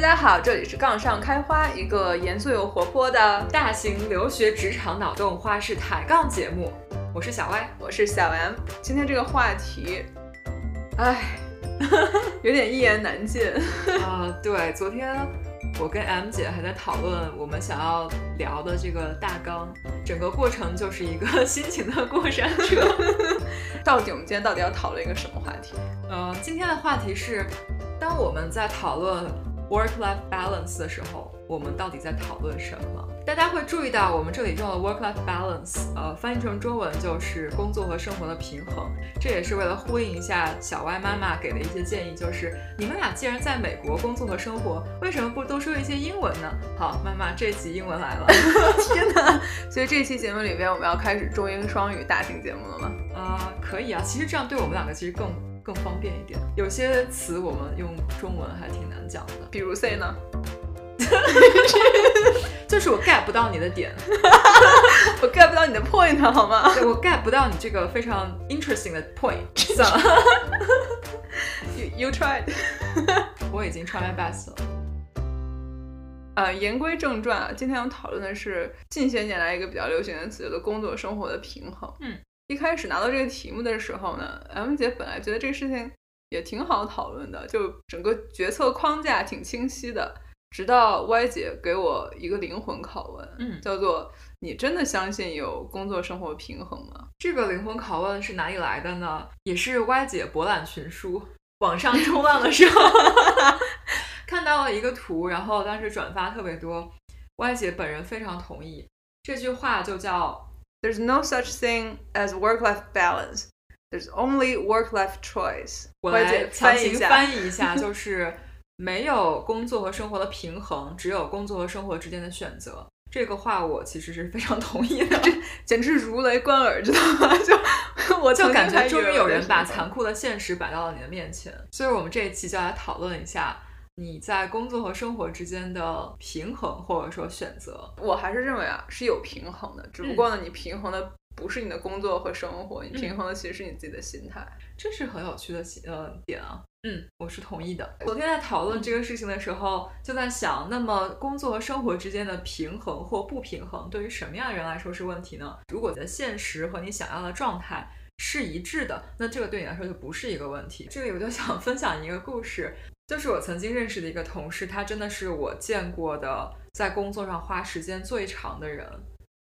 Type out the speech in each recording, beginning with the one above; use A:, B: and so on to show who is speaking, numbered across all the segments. A: 家好，这里是杠上开花，一个严肃又活泼的
B: 大型留学职场脑洞花式抬杠节目。我是小歪，
A: 我是小 M。今天这个话题，唉， 有点一言难尽。
B: 啊、 对，昨天我跟 M 姐还在讨论我们想要聊的这个大纲，整个过程就是一个 心情的过山车。
A: 到底我们今天到底要讨论一个什么话题？
B: 呃，今天的话题是，当我们在讨论 work-life balance 的时候，我们到底在讨论什么？大家会注意到，我们这里用了 work-life balance，呃，翻译成中文就是工作和生活的平衡。这也是为了呼应一下小歪妈妈给的一些建议，就是你们俩既然在美国工作和生活，为什么不多说一些英文呢？好，妈妈，这集英文来了。
A: 天哪！ 所以这期节目里边，我们要开始中英双语大型节目了吗？
B: 啊、可以啊，其实这样对我们两个其实更更方便一点。有些词我们用中文还挺难讲的，
A: 比如 C 呢？
B: 就是我 get 不到你的点，
A: 我 get 不到你的 point 好吗？
B: 对我 get 不到你这个非常 interesting 的 point。算了
A: You, you tried。
B: 我已经 try my best 了。
A: 呃，言归正传啊，今天要讨论的是近些年来一个比较流行的词，叫做工作生活的平衡。
B: 嗯，
A: 一开始拿到这个题目的时候呢，M 姐本来觉得这个事情也挺好讨论的，就整个决策框架挺清晰的。直到 Y 姐给我一个灵魂拷问，
B: 嗯
A: 叫做“你真的相信有工作生活平衡吗
B: 这个灵魂拷问是哪里来的呢？也是歪姐博览群书，网上冲浪的时候 看到了一个图，然后当时转发特别多。歪姐本人非常同意这句话，就叫
A: ？”There's no such thing as work-life balance. There's only work-life choice.
B: 我
A: Y 姐
B: 来强
A: 翻译一
B: 行
A: 下，
B: 翻译一 下，就是没有工作和生活的平衡，只有工作和生活之间的选择。这个话我其实是非常同意的，
A: 简直如雷贯耳，知道吗？ 就我
B: 就
A: 曾经
B: 感觉
A: 还以
B: 终于
A: 为
B: 有
A: 我在
B: 人
A: 说
B: 把
A: 什么
B: 残酷的现实摆到了你的面前。所以我们这一期就来讨论一下你在工作和生活之间的平衡，或者说选择。
A: 我还是认为啊是有平衡的，只
B: 嗯
A: 不过呢，你平衡的不是你的工作和生活，你平衡的其实是你自己的心态。
B: 这是很有趣的呃点啊。嗯，我是同意的。昨天在讨论这个事情的时候，就在想，那么工作和生活之间的平衡或不平衡，对于什么样的人来说是问题呢？如果你的现实和你想要的状态是一致的，那这个对你来说就不是一个问题。这里我就想分享一个故事，就是我曾经认识的一个同事，他真的是我见过的在工作上花时间最长的人。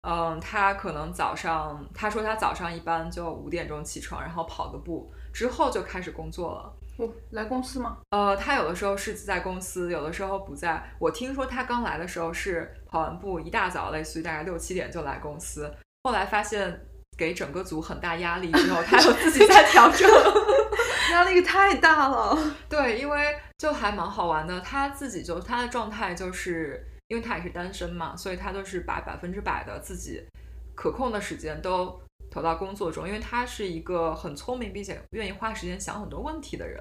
B: 嗯，他可能早上，他说他早上一般就五点钟起床，然后跑个步，之后就开始工作了。
A: 我、哦来公司吗？
B: 呃，他有的时候是在公司，有的时候不在。我听说他刚来的时候是跑完步，一大早类似于大概六七点就来公司，后来发现给整个组很大压力之后，他又 自己在调整。
A: 压力太 大了。
B: 对，因为就还蛮好玩的。他自己就他的状态就是，因为他也是单身嘛，所以他就是把百分之百的自己可控的时间都投到工作中，因为他是一个很聪明并且愿意花时间想很多问题的人。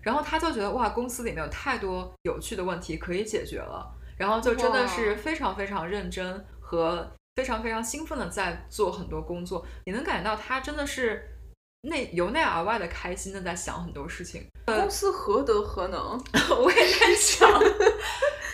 B: 然后他就觉得哇，公司里面有太多有趣的问题可以解决了，然后就真的是非常非常认真和非常非常兴奋的在做很多工作。你能感觉到他真的是内由内而外的开心的在想很多事情。
A: 公司何德何能？
B: 我也在想，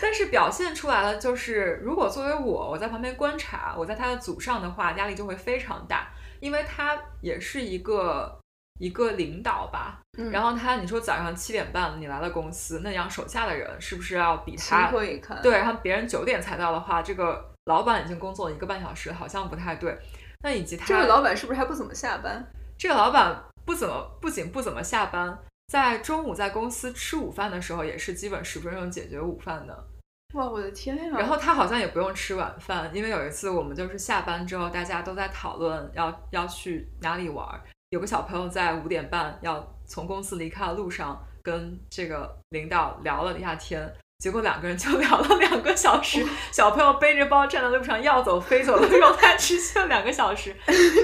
B: 但是表现出来了，就是如果作为我，我在旁边观察，我在他的组上的话，压力就会非常大，因为他也是一个一个领导吧。
A: 嗯
B: 然后他，你说早上七点半你来了公司，那让手下的人是不是要比
A: 情
B: 他
A: 何以堪？
B: 对，然后别人九点才到的话，这个老板已经工作了一个半小时，好像不太对。那以及他
A: 这个老板是不是还不怎么下班？
B: 这个老板不怎么，不仅不怎么下班，在中午在公司吃午饭的时候，也是基本十分钟解决午饭的。
A: 哇，我的天呀！
B: 然后他好像也不用吃晚饭，因为有一次我们就是下班之后，大家都在讨论要要去哪里玩儿。有个小朋友在五点半要从公司离开的路上，跟这个领导聊了一下天，结果两个人就聊了两个小时。小朋友背着包站在路上要走非走的状态持续了两个小时。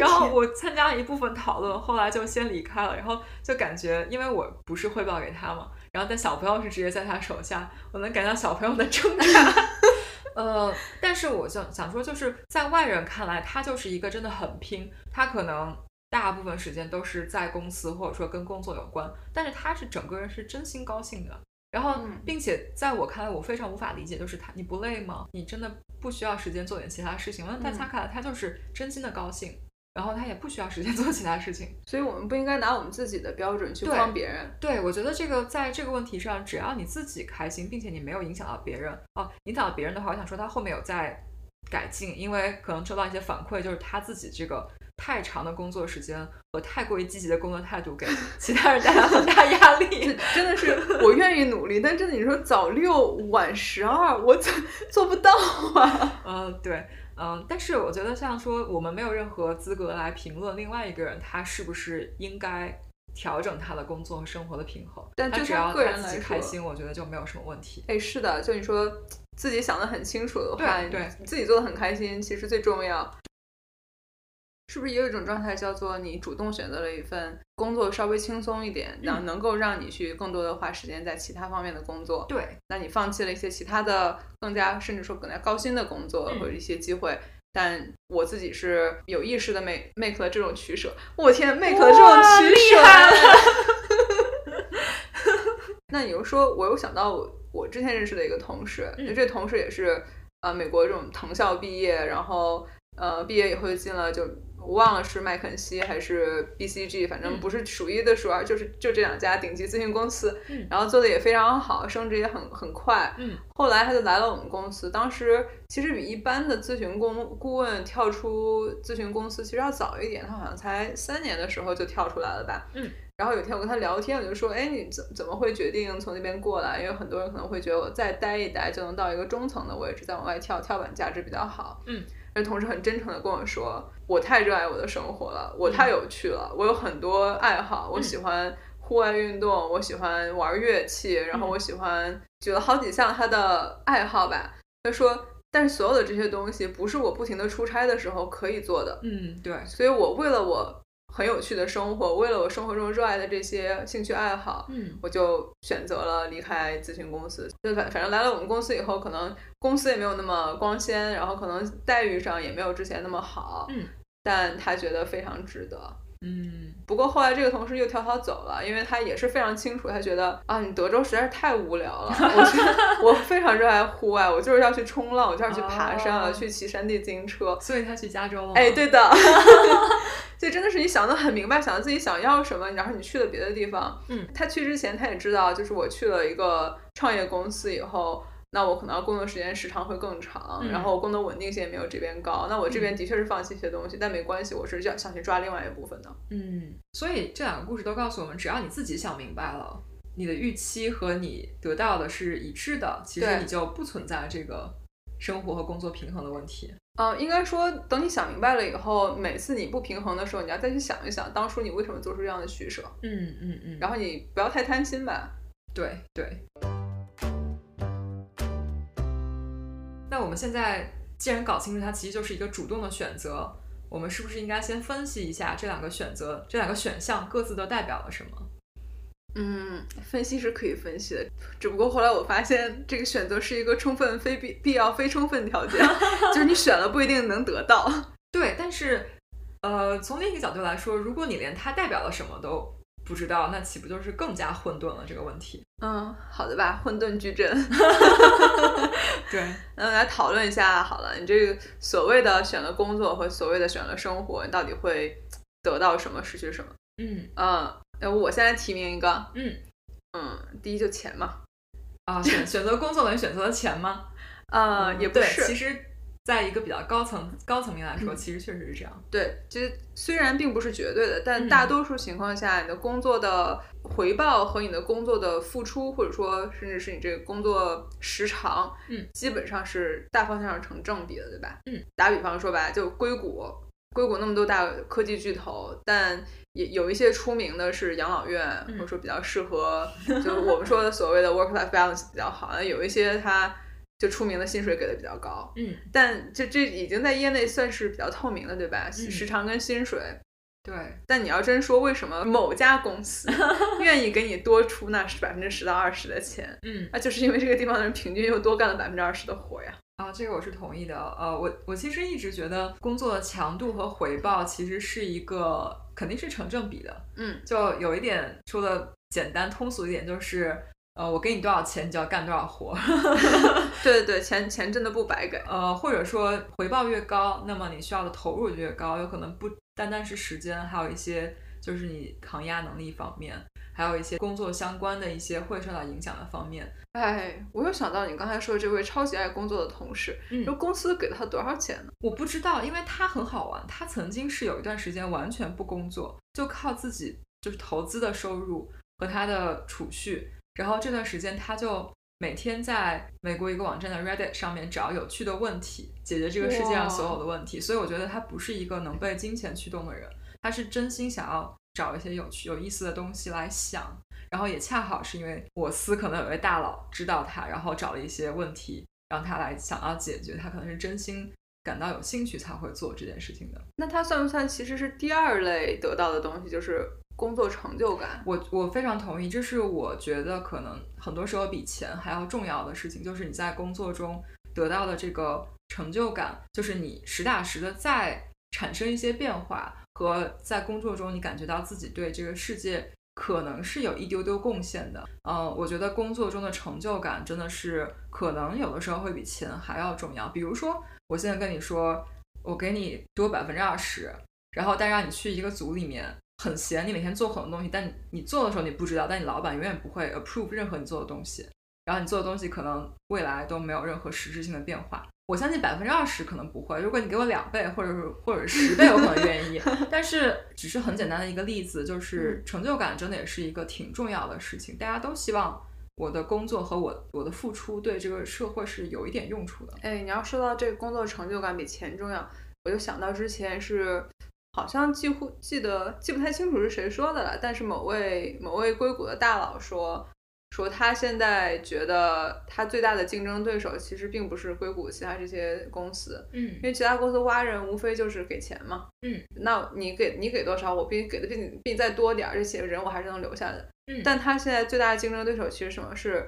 B: 然后我参加了一部分讨论，后来就先离开了。然后就感觉，因为我不是汇报给他嘛，然后但小朋友是直接在他手下，我能感到小朋友的挣扎。 呃，但是我想想说，就是在外人看来，他就是一个真的很拼，他可能大部分时间都是在公司或者说跟工作有关，但是他是整个人是真心高兴的，然后
A: 嗯，
B: 并且在我看来，我非常无法理解，就是他，你不累吗？你真的不需要时间做点其他事情吗？但
A: 嗯
B: 在他看来，他就是真心的高兴，然后他也不需要时间做其他事情。
A: 所以我们不应该拿我们自己的标准去
B: 对
A: 框别人。
B: 对，我觉得这个在这个问题上，只要你自己开心，并且你没有影响到别人，哦，影响到别人的话，我想说他后面有在改进，因为可能收到一些反馈，就是他自己这个太长的工作时间和太过于积极的工作态 度，给其他人带来很大压力。
A: 真的是 我愿意努力，但真的你说早六晚十二，我做做不到啊。
B: 嗯，对，嗯、但是我觉得像说，我们没有任何资格来评论另外一个人他是不是应该。调整他的工作和生活的平衡，
A: 但
B: 他
A: 就
B: 只
A: 他
B: 要
A: 个
B: 他
A: 人
B: 自己
A: 来
B: 开
A: 说
B: 心，我觉得就没有什么问题。
A: 哎，是的，就你说自己想的很清楚的话，
B: 对对
A: 你自己做的很开心，其实最重要。是不是也有一种状态叫做你主动选择了一份工作稍微轻松一点，
B: 嗯
A: 然后能够让你去更多的花时间在其他方面的工作？
B: 对，
A: 那你放弃了一些其他的更加甚至说更加高薪的工作
B: 嗯
A: 或者一些机会。但我自己是有意识的 make make 了这种取舍，我天，make 了这种
B: 哇
A: 取
B: 厉
A: 舍。
B: 害
A: 那你又说，我有想到我我之前认识的一个同事，
B: 嗯
A: 就这同事也是呃美国这种藤校毕业，然后呃毕业以后就进了就我忘了是麦肯锡还是 BCG，反正
B: 嗯
A: 不是数一的数二，就是就这两家顶级咨询公司，
B: 嗯
A: 然后做的也非常好，升职也很很快，
B: 嗯，
A: 后来他就来了我们公司，当时其实比一般的咨询公顾问跳出咨询公司其实要早一点，他好像才三年的时候就跳出来了吧。
B: 嗯。
A: 然后有一天我跟他聊天，我就说：“哎，你怎怎么会决定从那边过来？因为很多人可能会觉得我再待一待就能到一个中层的位置，再往外跳，跳板价值比较好。”
B: 嗯。
A: 而同事很真诚的跟我说：“我太热爱我的生活了，我太有趣了，我有很多爱好，我
B: 嗯
A: 喜欢户外运动，我喜欢玩乐器，然后
B: 嗯
A: 我喜欢举了好几项他的爱好吧。”他说：“但是所有的这些东西不是我不停的出差的时候可以做的，
B: 嗯，对，
A: 所以我为了我很有趣的生活，为了我生活中热爱的这些兴趣爱好，
B: 嗯，
A: 我就选择了离开咨询公司。就反反正来了我们公司以后，可能公司也没有那么光鲜，然后可能待遇上也没有之前那么好，
B: 嗯，
A: 但他觉得非常值得。
B: 嗯，
A: 不过后来这个同事又跳槽走了，因为他也是非常清楚，他觉得啊，你德州实在是太无聊 了。我觉得我非常热爱户外，我就是要去冲浪，我就是要去爬山啊，
B: 哦
A: 去骑山地自行车。
B: 所以他去加州了。
A: 哎，，对 的，就真的是你想的很明白，想到自己想要什么，然后你去了别的地方。
B: 嗯，
A: 他去之前他也知道，就是我去了一个创业公司以后。那我可能要工作时间时长会更长，
B: 嗯
A: 然后我工作稳定性也没有这边高。那我这边的确是放弃一些东西，但没关系，我是想想去抓另外一部分的。
B: 嗯，所以这两个故事都告诉我们，只要你自己想明白了，你的预期和你得到的是一致的，其实
A: 对
B: 你就不存在这个生活和工作平衡的问题。
A: 呃，应该说，等你想明白了以后，每次你不平衡的时候，你要再去想一想，当初你为什么做出这样的取舍，
B: 嗯嗯嗯然
A: 然
B: 后
A: 后你不要太贪心吧。
B: 对对。那我们现在既然搞清楚它其实就是一个主动的选择，我们是不是应该先分析一下这两个选择、这两个选项各自都代表了什么？
A: 嗯，分析是可以分析的，只不过后来我发现这个选择是一个充分非必必要非充分条 件，就是你选了不一定能得到。
B: 对，但是，呃，从另一个角度来说，如果你连它代表了什么都不知道，那岂不就是更加混沌了这个问 题？
A: 嗯，好的吧，混沌矩 阵。
B: 对，
A: 那来讨论一下好了，你这个所谓的选了工作和所谓的选了生活，你到底会得到什么，失去什么？
B: 嗯
A: 嗯，呃我现在提名一个，
B: 嗯，
A: 嗯，第一就钱嘛，
B: 啊，选选择工作等于选择了钱吗？
A: 呃，也不
B: 嗯对
A: 是，嗯
B: 其实，在一个比较高层高层面来说，其实确实是这样。
A: 对，其实虽然并不是绝对的，但
B: 嗯
A: 大多数情况下，你的工作的回报和你的工作的付出，或者说甚至是你这个工作时长，
B: 嗯，
A: 基本上是大方向上成正比的，对吧？
B: 嗯，
A: 打比方说吧，就硅谷，硅谷那么多大科技巨头，但也有一些出名的是养老院，
B: 嗯
A: 或者说比较适合，就是我们说的所谓的 work life balance 比较好，那有一些它就出名的薪水给的比较高，
B: 嗯，
A: 但这这已经在业内算是比较透明了，对吧？时长跟薪水。
B: 对，
A: 但你要真说为什么某家公司愿意给你多出那是百分之十到二十的钱，
B: 嗯，
A: 那就是因为这个地方的人平均又多干了百分之二十的活呀。
B: 啊，这个我是同意的。呃，我我其实一直觉得工作的强度和回报其实是一个肯定是成正比的。
A: 嗯
B: 就有一点说的简单通俗一点，就是呃，我给你多少钱，你就要干多少活，
A: 对对对，钱钱真的不白给。
B: 呃，或者说回报越高，那么你需要的投入就越高，有可能不单单是时间，还有一些就是你抗压能力方面，还有一些工作相关的一些会受到影响的方面。
A: 哎，我又想到你刚才说的这位超级爱工作的同事，
B: 嗯
A: 说公司给了他多少钱呢？
B: 我不知道，因为他很好玩，他曾经是有一段时间完全不工作，就靠自己就是投资的收入和他的储蓄，然后这段时间他就每天在美国一个网站的 Reddit 上面找有趣的问题，解决这个世界上所有的问题，所以我觉得他不是一个能被金钱驱动的人，他是真心想要找一些有趣有意思的东西来想。然后也恰好是因为我司可能有位大佬知道他，然后找了一些问题让他来想要解决，他可能是真心感到有兴趣才会做这件事情的。
A: 那他算不算其实是第二类得到的东西，就是工作成就感？
B: 我我非常同意，这是我觉得可能很多时候比钱还要重要的事情，就是你在工作中得到的这个成就感，就是你实打实的在产生一些变化，和在工作中你感觉到自己对这个世界可能是有一丢丢贡献的。嗯，我觉得工作中的成就感真的是可能有的时候会比钱还要重要。比如说，我现在跟你说，我给你多百分之二十，然后但让你去一个组里面很闲，你每天做很多东西，但你你做的时候你不知道，但你老板永远不会 approve 任何你做的东西，然后你做的东西可能未来都没有任何实质性的变化。我相信百分之二十可能不会，如果你给我两倍或者是或者十倍，我可能愿意。但是只是很简单的一个例子，就是成就感真的也是一个挺重要的事情，大家都希望。我的工作和我我的付出对这个社会是有一点用处的。
A: 哎，你要说到这个工作成就感比钱重要，我就想到之前是，好像几乎记得记不太清楚是谁说的了，但是某位某位硅谷的大佬说，说他现在觉得他最大的竞争对手其实并不是硅谷其他这些公司，
B: 嗯
A: 因为其他公司挖人无非就是给钱嘛，
B: 嗯，
A: 那你给你给多少，我比你给的比你比你再多点儿，这些人我还是能留下的。
B: 嗯
A: 但他现在最大的竞争对手其实什么是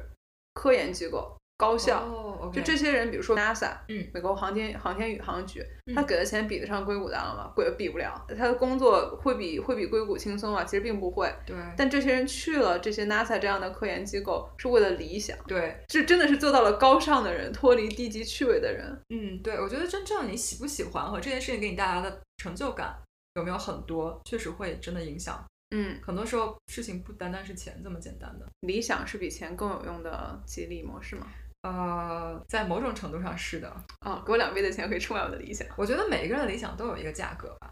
A: 科研机构、高校。
B: 哦，OK，
A: 就这些人，比如说 NASA，
B: 嗯
A: 美国航天航天宇航局，
B: 嗯
A: 他给的钱比得上硅谷大佬吗？鬼比不了。他的工作会比会比硅谷轻松吗？其实并不会。
B: 对
A: 但这些人去了这些 NASA 这样的科研机构，是为了理想，
B: 对，
A: 这真的是做到了高尚的人，脱离低级趣味的人。
B: 嗯，对，我觉得真正你喜不喜欢和这件事情给你带来的成就感有没有很多，确实会真的影响。
A: 嗯，
B: 很多时候事情不单单是钱这么简单的。
A: 理想是比钱更有用的激励模式吗？
B: 呃，在某种程度上是的，
A: 啊、给我两倍的钱可以出卖我的理想。
B: 我觉得每一个人的理想都有一个价格吧。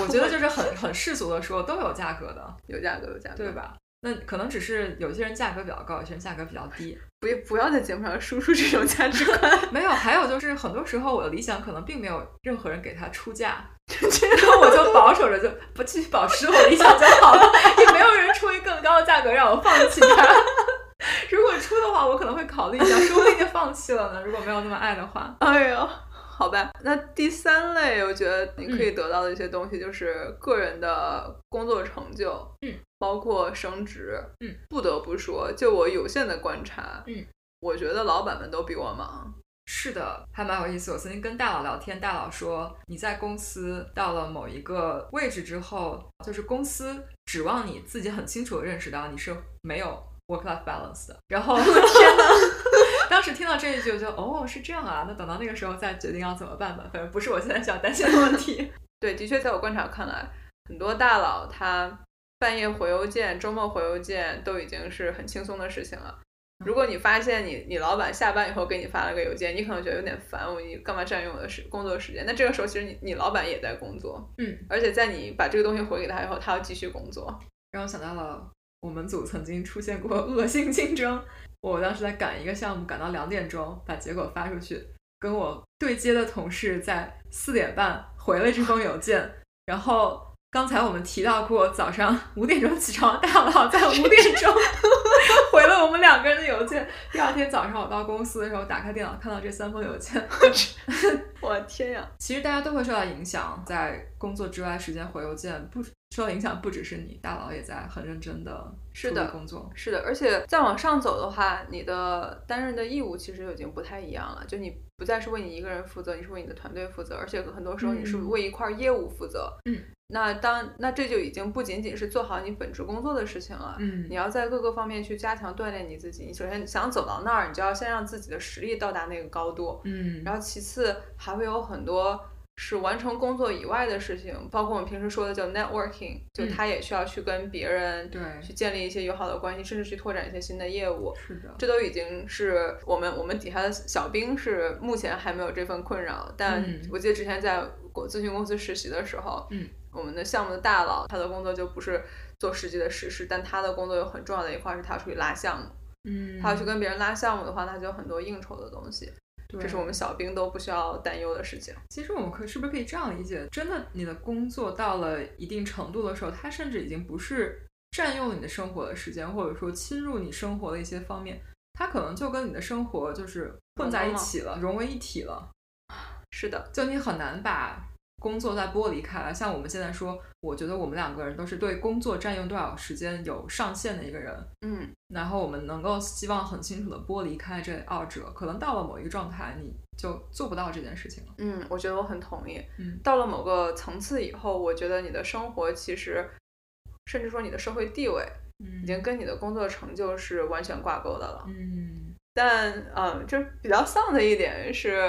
B: 我觉得就是 很很世俗的说，都有价格的，
A: 有价格，有价格，
B: 对？吧？那可能只是有些人价格比较高，有些人价格比较低。
A: 不，不要在节目上输出这种价值 观。
B: 没有，还有就是很多时候我的理想可能并没有任何人给他出价，然 后我就保守着就不去保持我的理想就好了，也没有人出一更高的价格让我放弃它。 如果出的话，我可能会考虑一下，说不定就放弃了呢。如果没有那么爱的话，
A: 哎呦，好吧，那第三类，我觉得你
B: 嗯
A: 可以得到的一些东西就是个人的工作成就，
B: 嗯，
A: 包括升职，
B: 嗯，
A: 不得不说，就我有限的观察，
B: 嗯，
A: 我觉得老板们都比我忙，
B: 是的，还蛮有意思。我曾经跟大佬聊天，大佬说你在公司到了某一个位置之后，就是公司指望你自己很清楚的认识到你是没有 work life balance 的。然后 天哪！当时听到这一句，我就哦是这样啊，那等到那个时候再决定要怎么办吧，反正不是我现在需要担心的问题。
A: 对，的确，在我观察看来，很多大佬他半夜回邮件、周末回邮件都已经是很轻松的事情了。
B: 嗯
A: 如果你发现你你老板下班以后给你发了个邮件，你可能觉得有点烦，我你干嘛占用我的时工作时间？那这个时候其实你你老板也在工作，
B: 嗯，
A: 而且在你把这个东西回给他以后，他要继续工作。
B: 让我想到了我们组曾经出现过 恶性竞争。我当时在赶一个项目，赶到两点钟，把结果发出去，跟我对接的同事在四点半回了这封邮件。然后刚才我们提到过，早上 五点钟起床的大佬在五点钟回了我们两个人的邮件。第二天早上我到公司的时候，打开电脑看到这三封邮件，
A: 我天呀！
B: 其实大家都会受到影响，在工作之外时间回邮件，不受影响不只是你，大佬也在很认真的
A: 是的
B: 工作。
A: 是的，而且再往上走的话，你的担任的义务其实已经不太一样了，就你不再是为你一个人负责，你是为你的团队负责，而且很多时候你是
B: 嗯
A: 为一块业务负责。
B: 嗯，
A: 那当那这就已经不仅仅是做好你本职工作的事情了，
B: 嗯
A: 你要在各个方面去加强锻炼你自己。你首先想走到那儿，你就要先让自己的实力到达那个高度，
B: 嗯，
A: 然后其次还会有很多是完成工作以外的事情，包括我们平时说的叫 networking，就
B: 嗯
A: 他也需要去跟别人
B: 对
A: 去建立一些友好的关系，甚至去拓展一些新的业务。
B: 是的，
A: 这都已经是我们我们底下的小兵是目前还没有这份困扰，但
B: 嗯
A: 我记得之前在国咨询公司实习的时候，
B: 嗯，
A: 我们的项目的大佬他的工作就不是做实际的实施，但他的工作有很重要的一块是他要出去拉项目，
B: 嗯，
A: 他要去跟别人拉项目的话，他就有很多应酬的东西，
B: 对，
A: 这是我们小兵都不需要担忧的事情。
B: 其实我们可是不是可以这样理解？真的，你的工作到了一定程度的时候，它甚至已经不是占用了你的生活的时间，或者说侵入你生活的一些方面，它可能就跟你的生活就是混在一起了，融为一体了。
A: 是的，
B: 就你很难把工作再剥离开来。像我们现在说，我觉得我们两个人都是对工作占用多少时间有上限的一个人，
A: 嗯，
B: 然后我们能够希望很清楚的剥离开这二者。可能到了某一个状态，你就做不到这件事情了。
A: 嗯，我觉得我很同意。
B: 嗯
A: 到了某个层次以后，我觉得你的生活其实，甚至说你的社会地位，
B: 嗯
A: 已经跟你的工作成就是完全挂钩的了。
B: 嗯，
A: 但，嗯，就是比较丧的一点是，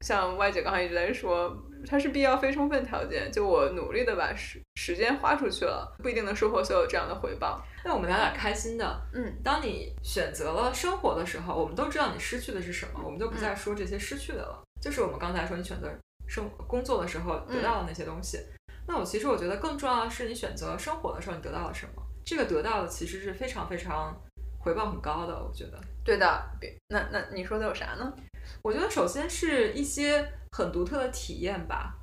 A: 像歪姐刚才一直在说，它是必要非充分条件。就我努力的把时时间花出去了，不一定能收获所有这样的回报。
B: 那我们聊点开心的。
A: 嗯，
B: 当你选择了生活的时候，我们都知道你失去的是什么，我们就不再说这些失去的了。就是我们刚才说，你选择生工作的时候得到的那些东西。那我其实我觉得更重要的是，你选择生活的时候你得到了什么？这个得到的其实是非常非常回报很高的，我觉得。
A: 对的，比那那你说的有啥呢？
B: 我觉得首先是一些很独特的体验吧。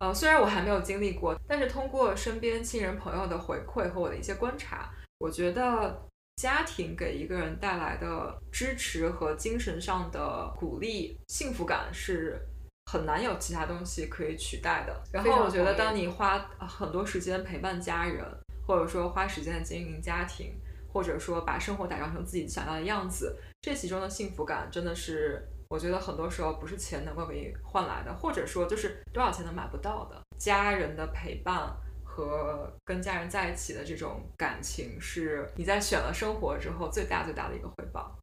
B: 呃，虽然我还没有经历过，但是通过身边亲人朋友的回馈和我的一些观察，我觉得家庭给一个人带来的支持和精神上的鼓励、幸福感是很难有其他东西可以取代的。然
A: 非
B: 后
A: 常
B: 我觉得，
A: 同意
B: 当你花呃很多时间陪伴家人，或者说花时间经营家庭，或者说把生活打造成自己想要的样子，这其中的幸福感真的是，我觉得很多时候不是钱能够给你换来的，或者说就是多少钱能买不到的。家人的陪伴和跟家人在一起的这种感情，是你在选了生活之后最大最大的一个回报。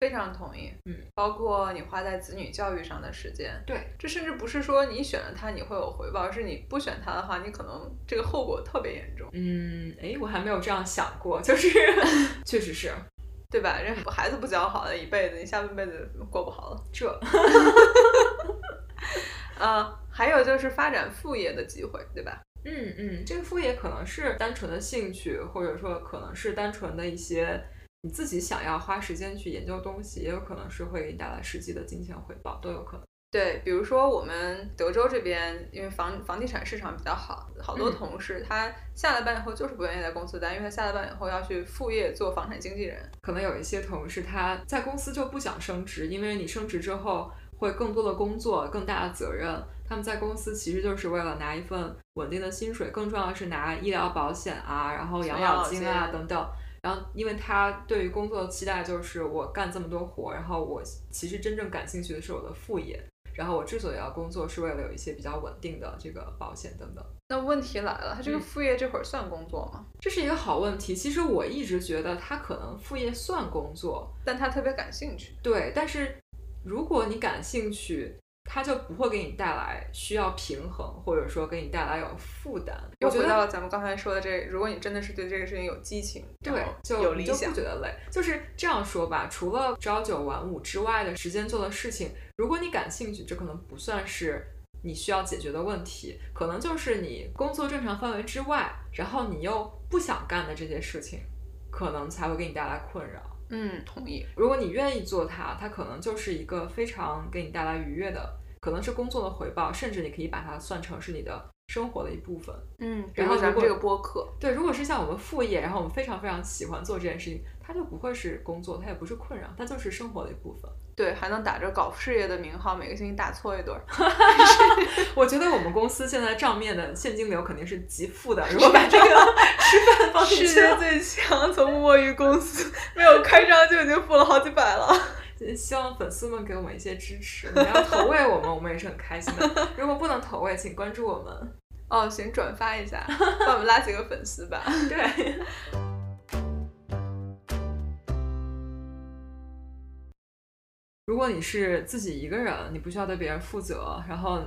A: 非常同意，
B: 嗯，
A: 包括你花在子女教育上的时间，
B: 对，
A: 这甚至不是说你选了它你会有回报，而是你不选它的话，你可能这个后果特别严重，
B: 嗯，诶，我还没有这样想过，就是 确实是
A: 对吧？人孩子不教好了一辈子，你下半辈子过不好了。
B: 这，
A: 呃，还有就是发展副业的机会，对吧？
B: 嗯嗯，这个副业可能是单纯的兴趣，或者说可能是单纯的一些。你自己想要花时间去研究东西，也有可能是会给你带来实际的金钱回报，都有可能。
A: 对，比如说我们德州这边，因为房房地产市场比较好，好多
B: 嗯
A: 同事他下了班以后就是不愿意在公司待，因为他下了班以后要去副业做房产经纪人。
B: 可能有一些同事他在公司就不想升职，因为你升职之后会更多的工作、更大的责任。他们在公司其实就是为了拿一份稳定的薪水，更重要的是拿医疗保险啊，然后养老金
A: 养老
B: 啊
A: 金
B: 等等。然后，因为他对于工作的期待就是我干这么多活，然后我其实真正感兴趣的是我的副业。然后我之所以要工作，是为了有一些比较稳定的这个保险等等。
A: 那问题来了，他这个
B: 嗯
A: 副业这会儿算工作吗？
B: 这是一个好问题。其实我一直觉得他可能副业算工作，
A: 但他特别感兴趣。
B: 对，但是如果你感兴趣，它就不会给你带来需要平衡，或者说给你带来有负担。
A: 又
B: 我觉
A: 回到
B: 得
A: 了咱们刚才说的这，如果你真的是对这个事情有激情，
B: 对
A: 然后，
B: 就
A: 有
B: 你
A: 理
B: 就
A: 想
B: 不，觉得累。就是这样说吧，除了朝九晚五之外的时间做的事情，如果你感兴趣，这可能不算是。你需要解决的问题，可能就是你工作正常范围之外，然后你又不想干的这些事情，可能才会给你带来困扰。
A: 嗯，同意，
B: 如果你愿意做它，它可能就是一个非常给你带来愉悦的，可能是工作的回报，甚至你可以把它算成是你的生活的一部分。
A: 嗯，
B: 然后
A: 比如
B: 如
A: 咱们
B: 果
A: 这个播客，
B: 对，如果是像我们副业，然后我们非常非常喜欢做这件事情，它就不会是工作，它也不是困扰，它就是生活的一部分。
A: 对，还能打着搞事业的名号，每个星期打错一顿儿。
B: 我觉得我们公司现在账面的现金流肯定是极负的，如果把这个吃饭放进
A: 世
B: 去
A: 界最强从莫于公司，没有开张就已经付了好几百了。
B: 希望粉丝们给我们一些支持，你们要投喂我们，我们也是很开心的。如果不能投喂，请关注我们。
A: 哦，行，转发一下，帮我们拉几个粉丝吧。
B: 对，如果你是自己一个人，你不需要对别人负责，然后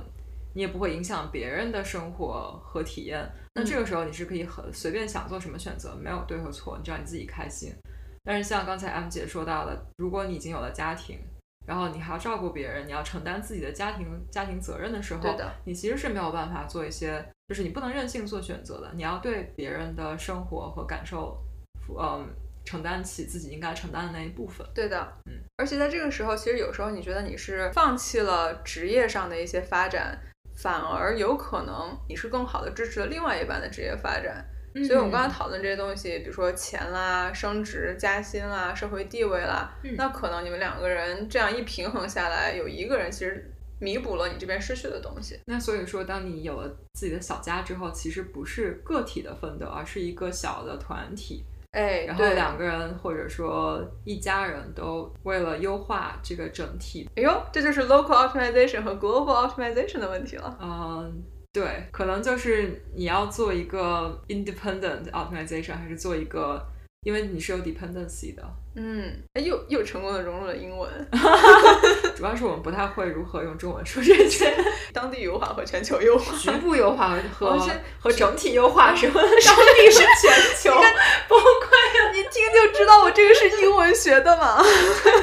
B: 你也不会影响别人的生活和体验，那这
A: 嗯
B: 个时候你是可以很随便想做什么选择，没有对和错，你只要你自己开心。但是像刚才 M 姐说到的，如果你已经有了家庭，然后你还要照顾别人，你要承担自己的家庭家庭责任的时候，
A: 对的
B: 你其实是没有办法做一些，就是你不能任性做选择的，你要对别人的生活和感受，嗯，承担起自己应该承担的那一部分。
A: 对的，
B: 嗯，
A: 而且在这个时候，其实有时候你觉得你是放弃了职业上的一些发展，反而有可能你是更好的支持了另外一半的职业发展。所以我们
B: 嗯
A: 刚才讨论这些东西，比如说钱啦、升职加薪啦、社会地位啦，
B: 嗯
A: 那可能你们两个人这样一平衡下来，有一个人其实弥补了你这边失去的东西。
B: 那所以说，当你有了自己的小家之后，其实不是个体的奋斗，而是一个小的团体，
A: 哎，
B: 然后
A: 对，
B: 两个人或者说一家人都为了优化这个整体，
A: 哎呦，这就是 local optimization 和 global optimization 的问题了。
B: 嗯。对，可能就是你要做一个 independent optimization，还是做一个，因为你是有 dependency 的，
A: 嗯，哎，又又成功的融入了英文，
B: 主要是我们不太会如何用中文说这些
A: 当地优化和全球优 化。
B: 局部优化和
A: 哦是
B: 和整体优化什么的，嗯当地是全球 崩溃了。
A: 一听就知道我这个是英文学的嘛。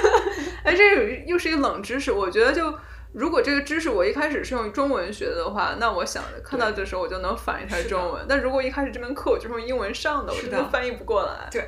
A: 哎，这有一又是一个冷知识，我觉得就。如果这个知识我一开始是用中文学的话，那我想看到的时候我就能反应一下
B: 是的
A: 中文。但如果一开始这门课我就是用英文上的，我
B: 是
A: 真
B: 的
A: 的翻译不过来。
B: 对，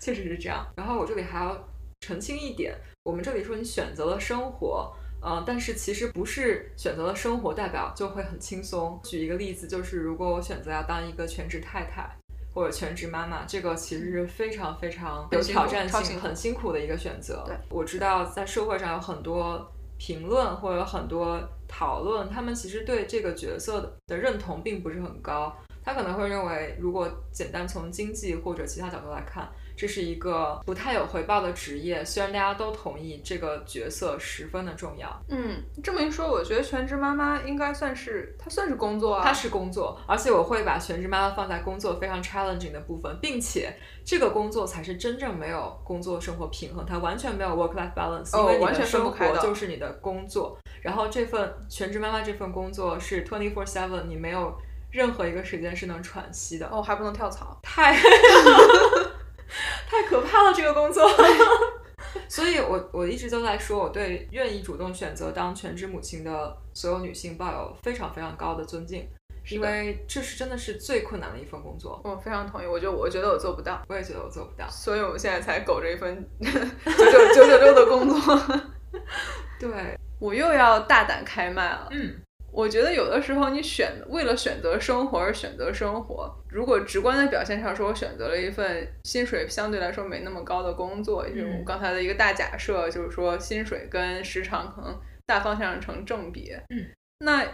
B: 确实是这样。然后我这里还要澄清一点，我们这里说你选择了生活。嗯，但是其实不是选择了生活代表就会很轻松。举一个例子，就是如果我选择要当一个全职太太或者全职妈妈，这个其实是非常非常有
A: 很辛苦
B: 挑战
A: 超
B: 性、
A: 辛苦
B: 很辛苦的一个选择。
A: 对，
B: 我知道在社会上有很多评论或者有很多讨论，他们其实对这个角色的认同并不是很高。他可能会认为，如果简单从经济或者其他角度来看，这是一个不太有回报的职业。虽然大家都同意这个角色十分的重要，
A: 嗯，这么一说，我觉得全职妈妈应该算是它算是工作啊。
B: 它是工作，而且我会把全职妈妈放在工作非常 challenging 的部分，并且这个工作才是真正没有工作生活平衡，它完全没有 work life balance，、
A: 哦
B: 因为你
A: 完全
B: 的
A: 分不
B: 生
A: 开
B: 活
A: 的
B: 就是你的工作，然后这份全职妈妈这份工作是 twenty four seven，你没有任何一个时间是能喘息的，
A: 哦，还不能跳槽。
B: 太太可怕了，这个工作。 所以我，我一直都在说，我对愿意主动选择当全职母亲的所有女性抱有非常非常高的尊敬，
A: 是
B: 因
A: 的
B: 为这是真的是最困难的一份工作。
A: 我非常同意，我觉得我觉得我做不到，
B: 我也觉得我做不到。
A: 所以我们现在才苟着一份 九九九九六的 工作。
B: 对，
A: 我又要大胆开麦了。
B: 嗯，
A: 我觉得有的时候你选为了选择生活而选择生活，如果直观的表现上说，我选择了一份薪水相对来说没那么高的工作，
B: 嗯
A: 也就是我刚才的一个大假设，就是说薪水跟时长可能大方向成正比。
B: 嗯，
A: 那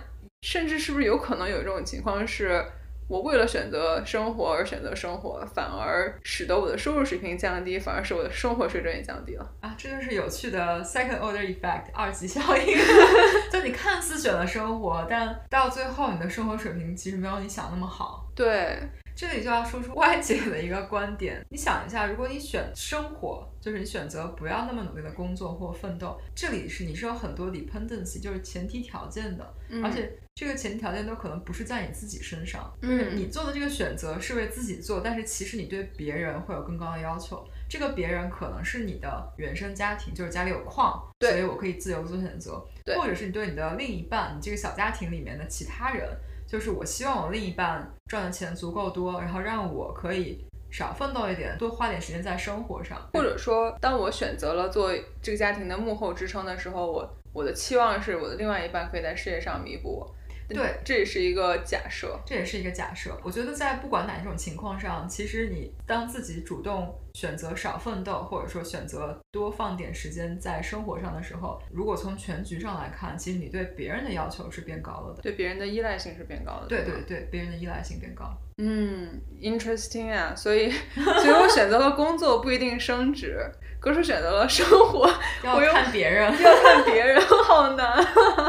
A: 甚至是不是有可能有一种情况是？我为了选择生活而选择生活，反而使得我的收入水平降低，反而使我的生活水准也降低了。
B: 啊，这就是有趣的 second order effect 二级效应。 就你看似选了生活，但到最后你的生活水平其实没有你想那么好。
A: 对，
B: 这里就要说出外界的一个观点。你想一下，如果你选生活，就是你选择不要那么努力的工作或奋斗，这里是你是有很多 dependency，就是前提条件的，
A: 嗯
B: 而且这个前提条件都可能不是在你自己身上，就是
A: 嗯，
B: 你做的这个选择是为自己做，但是其实你对别人会有更高的要求。这个别人可能是你的原生家庭，就是家里有矿，
A: 对
B: 所以我可以自由做选择
A: 对，
B: 或者是你对你的另一半，你这个小家庭里面的其他人，就是我希望我另一半赚的钱足够多，然后让我可以少奋斗一点，多花点时间在生活上，
A: 或者说，当我选择了做这个家庭的幕后支撑的时候，我我的期望是我的另外一半可以在事业上弥补我。嗯
B: 对，
A: 这也是一个假设。
B: 这也是一个假设。我觉得在不管哪种情况上，其实你当自己主动选择少奋斗，或者说选择多放点时间在生活上的时候，如果从全局上来看，其实你对别人的要求是变高了的。
A: 对别人的依赖性是变高的。
B: 对
A: 吧
B: 对对，别人的依赖性变高。
A: 嗯，interesting 啊，所以所以我选择了工作不一定升职，可是选择了生活，
B: 要
A: 我又
B: 看别 人。
A: 要看别人好难。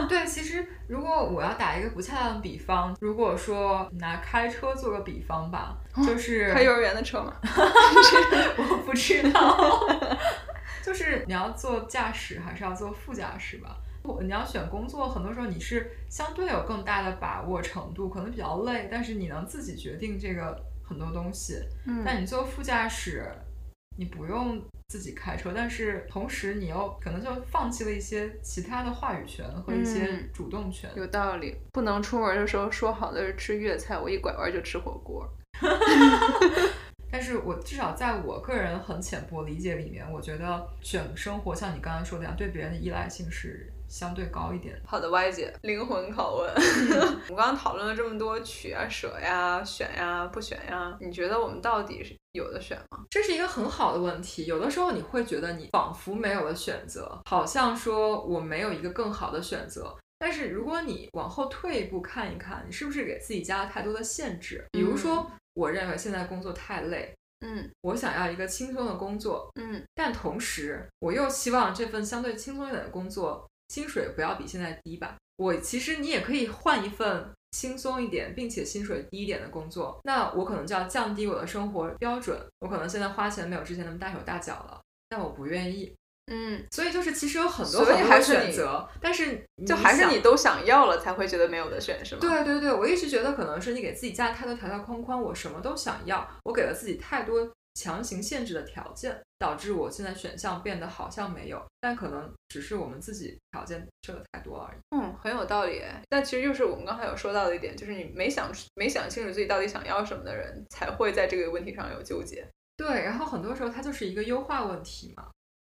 B: 对，其实如果我要打一个不恰当的比方，如果说拿开车做个比方吧，就是
A: 开幼儿园的车嘛，
B: 我不知道， 就是你要做驾驶还是要做副驾驶吧？我你要选工作，很多时候你是相对有更大的把握程度，可能比较累，但是你能自己决定这个很多东西。
A: 嗯
B: 但你做副驾驶，你不用自己开车，但是同时你又可能就放弃了一些其他的话语权和一些
A: 嗯
B: 主动权。
A: 有道理。不能出门的时候说好的是吃粤菜，我一拐弯就吃火锅。
B: 但是我至少在我个人很浅薄理解里面，我觉得选生活像你刚刚说的那样，对别人的依赖性是相对高一点的。
A: 好的，Y 姐，灵魂拷问。 我们刚刚讨论了这么多取啊、舍呀、选呀、不选呀，你觉得我们到底是有的选吗？
B: 这是一个很好的问题。有的时候你会觉得你仿佛没有了选择，好像说我没有一个更好的选择。但是如果你往后退一步看一看，你是不是给自己加了太多的限制？比如说，我认为现在工作太累，
A: 嗯
B: 我想要一个轻松的工作，
A: 嗯
B: 但同时，我又希望这份相对轻松一点的工作，薪水不要比现在低吧。我其实你也可以换一份轻松一点，并且薪水低一点的工作。那我可能就要降低我的生活标准，我可能现在花钱没有之前那么大手大脚了，但我不愿意。
A: 嗯，
B: 所以就是其实有很多
A: 所以
B: 很多
A: 还是
B: 选
A: 你
B: 择，但是
A: 就还是
B: 想
A: 你都想要了才会觉得没有的选是吗？
B: 对对对，我一直觉得可能是你给自己加了太多条条框框，我什么都想要，我给了自己太多强行限制的条件，导致我现在选项变得好像没有，但可能只是我们自己条件设的太多了而已。
A: 嗯，很有道理哎。但其实就是我们刚才有说到的一点，就是你没想没想清楚自己到底想要什么的人，才会在这个问题上有纠结。
B: 对，然后很多时候它就是一个优化问题嘛。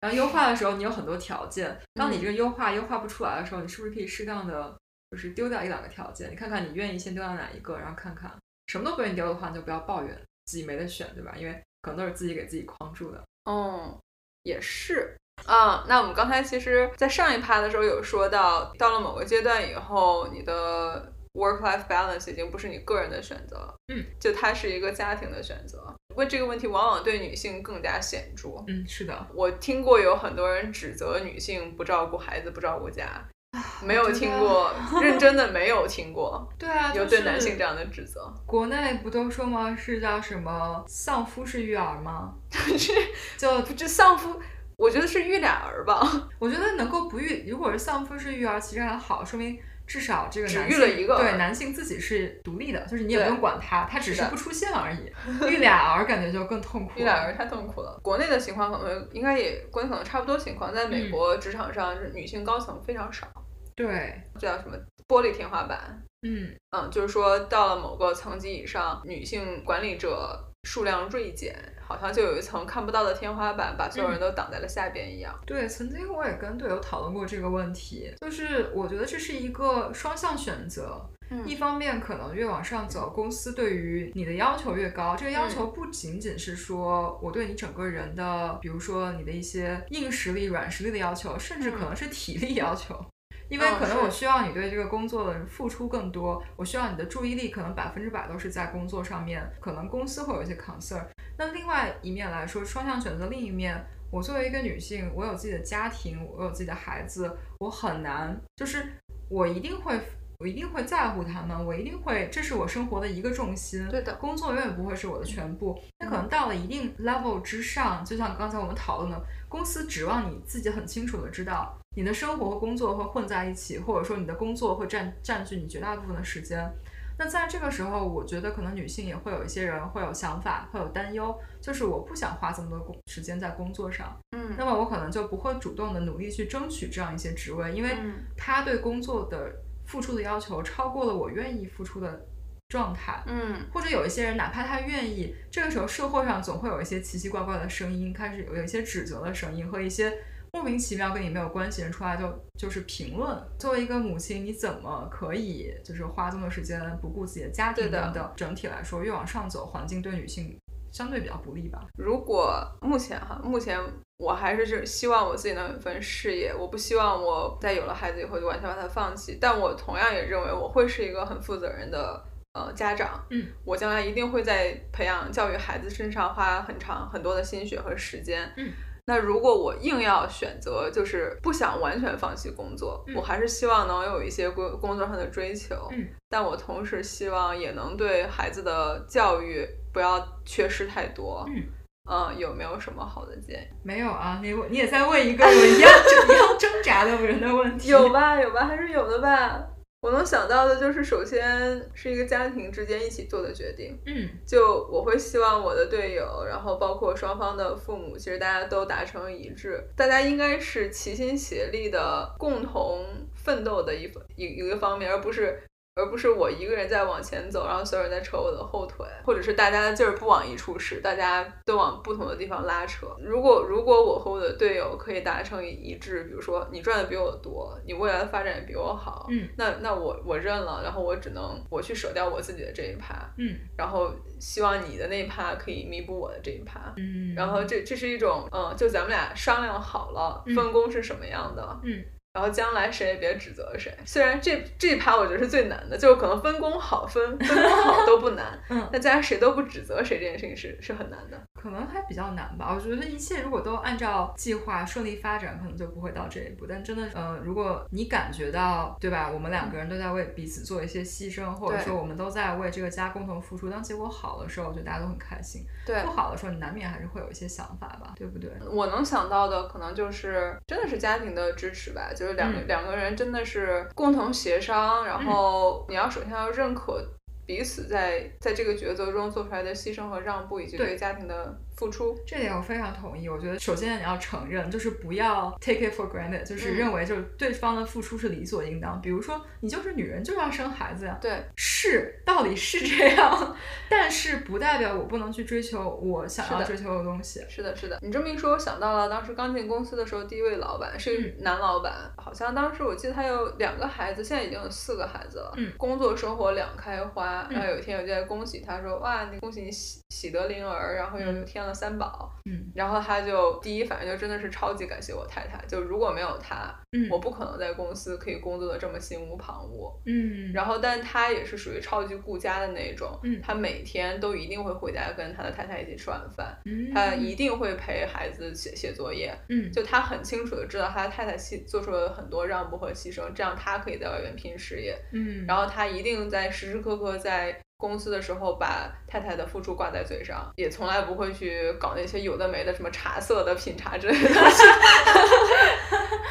B: 然后优化的时候，你有很多条件，当你这个优化优化不出来的时候，你是不是可以适当的就是丢掉一两个条件？你看看你愿意先丢掉哪一个，然后看看什么都不愿意丢的话，你就不要抱怨自己没得选，对吧？因为可能都是自己给自己框住的。
A: 嗯，也是。啊、那我们刚才其实，在上一趴的时候有说到，到了某个阶段以后，你的 work-life balance 已经不是你个人的选择了，
B: 嗯，
A: 就它是一个家庭的选择。问这个问题，往往对女性更加显著。
B: 嗯，是的，
A: 我听过有很多人指责女性不照顾孩子、不照顾家，
B: 啊
A: 没有听过， 认真的没有听过。
B: 对啊，
A: 有
B: 就
A: 对
B: 是
A: 男性这样的指责，
B: 国内不都说吗？是叫什么丧夫式育儿吗？
A: 是
B: 就
A: 这丧夫，我觉得是育俩儿吧，
B: 我觉得能够不育，如果是丧夫式育儿，其实还好，说明至少这个
A: 只
B: 男
A: 育
B: 性
A: 了一个
B: 对男性自己是独立的，就是你也
A: 对
B: 不用管他，他只
A: 是
B: 是
A: 的
B: 不出现而 已。育俩儿感觉就更痛苦了。
A: 育俩儿太痛苦了。国内的情况可能应该也跟可能差不多情况，在美国职场上，就是女性高层非常少，
B: 对，
A: 这叫什么玻璃天花板？
B: 嗯，
A: 嗯，就是说到了某个层级以上，女性管理者数量锐减，好像就有一层看不到的天花板，把所有人都挡在了下边一样。
B: 对，曾经我也跟队友讨论过这个问题，就是我觉得这是一个双向选择，
A: 嗯
B: 一方面，可能越往上走，公司对于你的要求越高。这个要
A: 嗯
B: 求不仅仅是说我对你整个人的，比如说你的一些硬实力、软实力的要求，甚至可能是体力要求。因为
A: 嗯
B: 可能
A: 是
B: 我需要你对这个工作的付出更多，我需要你的注意力可能百分之百都是在工作上面，可能公司会有一些 concern。那另外一面来说，双向选择另一面，我作为一个女性，我有自己的家庭，我有自己的孩子，我很难，就是我一定会，我一定会在乎他们，我一定会，这是我生活的一个重心。
A: 对的嗯
B: 工作永远不会是我的全部。那可能到了一定 level 之上，就像刚才我们讨论的，公司指望你自己很清楚的知道你的生活和工作会混在一起，或者说你的工作会占占据你绝大部分的时间。那在这个时候，我觉得可能女性也会有一些人会有想法，会有担忧，就是我不想花这么多工时间在工作上，
A: 嗯
B: 那么我可能就不会主动的努力去争取这样一些职位，因为
A: 嗯
B: 他对工作的付出的要求超过了我愿意付出的状态。
A: 嗯
B: 或者有一些人，哪怕他愿意，这个时候社会上总会有一些奇奇怪怪的声音，开始有有一些指责的声音和一些莫名其妙跟你没有关系的人出来就就是评论。作为一个母亲，你怎么可以就是花这么多时间不顾自己的家庭
A: 对的
B: 等等？整体来说，越往上走，环境对女性相对比较不利吧？
A: 如果目前哈，目前我还是就是希望我自己能有一份事业，我不希望我在有了孩子以后就完全把它放弃。但我同样也认为我会是一个很负责任的呃家长，
B: 嗯，
A: 我将来一定会在培养教育孩子身上花很长很多的心血和时间，
B: 嗯。
A: 那如果我硬要选择，就是不想完全放弃工作，
B: 嗯
A: 我还是希望能有一些工工作上的追求，
B: 嗯，
A: 但我同时希望也能对孩子的教育不要缺失太多，
B: 嗯
A: 嗯，有没有什么好的建议？
B: 没有啊，你你也在问一个我一样一样挣扎的人的问题。
A: 有吧，有吧，还是有的吧。我能想到的就是，首先是一个家庭之间一起做的决定。
B: 嗯
A: 就我会希望我的队友，然后包括双方的父母，其实大家都达成一致，大家应该是齐心协力的，共同奋斗的一一一个方面，而不是而不是我一个人在往前走，然后所有人在扯我的后腿，或者是大家的劲儿不往一处使，大家都往不同的地方拉扯。如果如果我和我的队友可以达成一致，比如说你赚的比我多，你未来的发展也比我好，
B: 嗯
A: 那那我我认了，然后我只能我去舍掉我自己的这一趴，
B: 嗯
A: 然后希望你的那一趴可以弥补我的这一趴。
B: 嗯，
A: 然后这这是一种，嗯，就咱们俩商量好了
B: 嗯
A: 分工是什么样的，
B: 嗯，，
A: 然后将来谁也别指责谁。虽然这这一趴我觉得是最难的，就是可能分工好分分工好都不难
B: 嗯
A: 那大家谁都不指责谁这件事情是是很难的。
B: 可能还比较难吧。我觉得一切如果都按照计划顺利发展，可能就不会到这一步。但真的，呃，如果你感觉到，对吧？我们两个人都在为彼此做一些牺牲，或者
A: 对
B: 说我们都在为这个家共同付出。当结果好的时候，我觉得大家都很开心；
A: 对
B: 不好的时候，你难免还是会有一些想法吧，对不对？
A: 我能想到的可能就是真的是家庭的支持吧，就是两个、
B: 嗯
A: 两个人真的是共同协商，然后你要首先要认可彼此在在这个抉择中做出来的牺牲和让步，以及
B: 对
A: 对家庭的付出。
B: 这点我非常同意。我觉得首先你要承认，就是不要 take it for granted，就是
A: 嗯
B: 认为就是对方的付出是理所应当。比如说，你就是女人，就是要生孩子呀，
A: 对
B: 是，道理是这样，但是不代表我不能去追求我想
A: 是
B: 要
A: 的
B: 追求的东西。
A: 是的，是的。你这么一说，我想到了当时刚进公司的时候，第一位老板是
B: 嗯
A: 一个男老板，好像当时我记得他有两个孩子，现在已经有四个孩子了，
B: 嗯
A: 工作生活两开花。
B: 嗯
A: 然后有一天我就在恭喜他说：“哇，你恭喜你喜喜得麟儿，然后又又添了三宝。”
B: 嗯
A: 然后他就第一反应就真的是超级感谢我太太，就如果没有她，
B: 嗯
A: 我不可能在公司可以工作的这么心无旁骛。
B: 嗯，
A: 然后，但他也是属于超级顾家的那种，
B: 嗯
A: 他每天都一定会回家跟他的太太一起吃晚饭，
B: 嗯
A: 他一定会陪孩子写写作业，
B: 嗯
A: 就他很清楚的知道他太太牺做出了很多让步和牺牲，这样他可以在外面拼事业，
B: 嗯，
A: 然
B: 后
A: 后他一定在时时刻刻在公司的时候把太太的付出挂在嘴上，也从来不会去搞那些有的没的什么茶色的品茶之类的东西。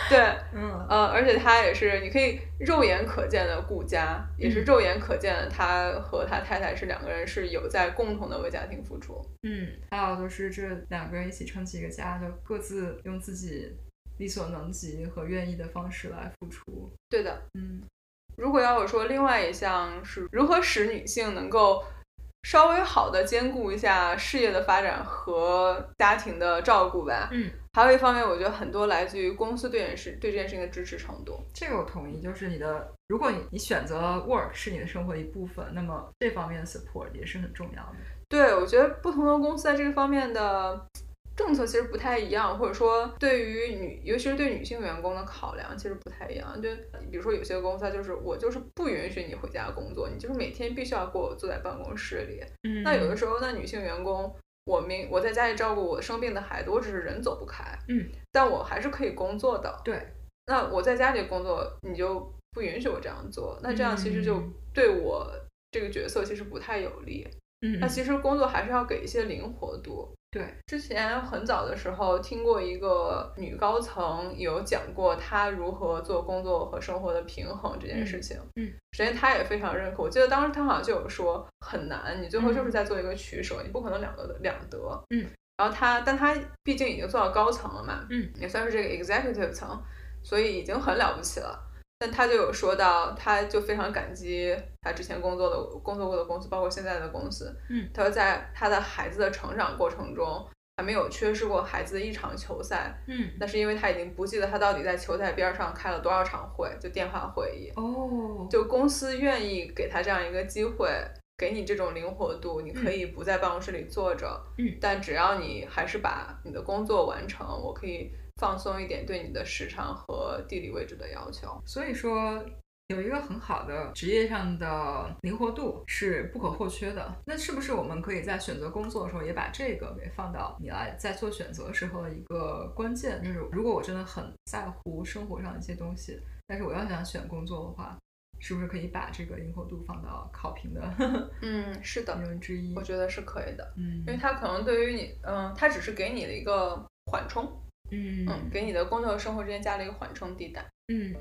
A: 对，
B: 嗯
A: 呃，而且他也是，你可以肉眼可见的顾家，也是
B: 嗯
A: 肉眼可见的，他和他太太是两个人是有在共同的为家庭付出。
B: 嗯，还有就是这两个人一起撑起一个家，就各自用自己力所能及和愿意的方式来付出。
A: 对的，
B: 嗯
A: 如果要我说，另外一项是如何使女性能够稍微好的兼顾一下事业的发展和家庭的照顾吧。
B: 嗯，
A: 还有一方面，我觉得很多来自于公司对人事对这件事情的支持程度。
B: 这个我同意，就是你的，如果你你选择 work 是你的生活的一部分，那么这方面的 support 也是很重要的。
A: 对，我觉得不同的公司在这个方面的政策其实不太一样，或者说对于女，尤其是对女性员工的考量其实不太一样。就比如说有些公司，它就是我就是不允许你回家工作，你就是每天必须要给我坐在办公室里。
B: 嗯
A: 那有的时候，那女性员工，我明我在家里照顾我生病的孩子，我只是人走不开，
B: 嗯，
A: 但我还是可以工作的。
B: 对，
A: 那我在家里工作，你就不允许我这样做，那这样其实就
B: 嗯
A: 对我这个角色其实不太有利。
B: 嗯
A: 那其实工作还是要给一些灵活度。
B: 对，
A: 之前很早的时候听过一个女高层有讲过她如何做工作和生活的平衡这件事情。
B: 嗯嗯
A: 首先她也非常认可，我记得当时她好像就有说很难，你最后就是在做一个取舍，你不可能两个两得。
B: 嗯，
A: 然后她，但她毕竟已经做到高层了嘛，
B: 嗯，
A: 也算是这个 executive 层，所以已经很了不起了。但他就有说到，他就非常感激他之前工作的工作过的公司，包括现在的公司。
B: 嗯，
A: 他说在他的孩子的成长过程中，还没有缺失过孩子的一场球赛，
B: 嗯，
A: 那是因为他已经不记得他到底在球赛边上开了多少场会，就电话会议。
B: 哦，
A: 就公司愿意给他这样一个机会，给你这种灵活度，你可以不在办公室里坐着，
B: 嗯
A: 但只要你还是把你的工作完成，我可以放松一点对你的时长和地理位置的要求。
B: 所以说有一个很好的职业上的灵活度是不可或缺的。那是不是我们可以在选择工作的时候也把这个给放到你来在做选择时候的一个关键？就是如果我真的很在乎生活上的一些东西，但是我要想选工作的话。是不是可以把这个灵活度放到考评的
A: 嗯，是的
B: 内，容之一
A: 我？觉得是可以的，
B: 嗯
A: 因为他可能对于你，嗯，他只是给你了一个缓冲，
B: 嗯
A: 嗯，给你的工作和生活之间加了一个缓冲地带。
B: 嗯，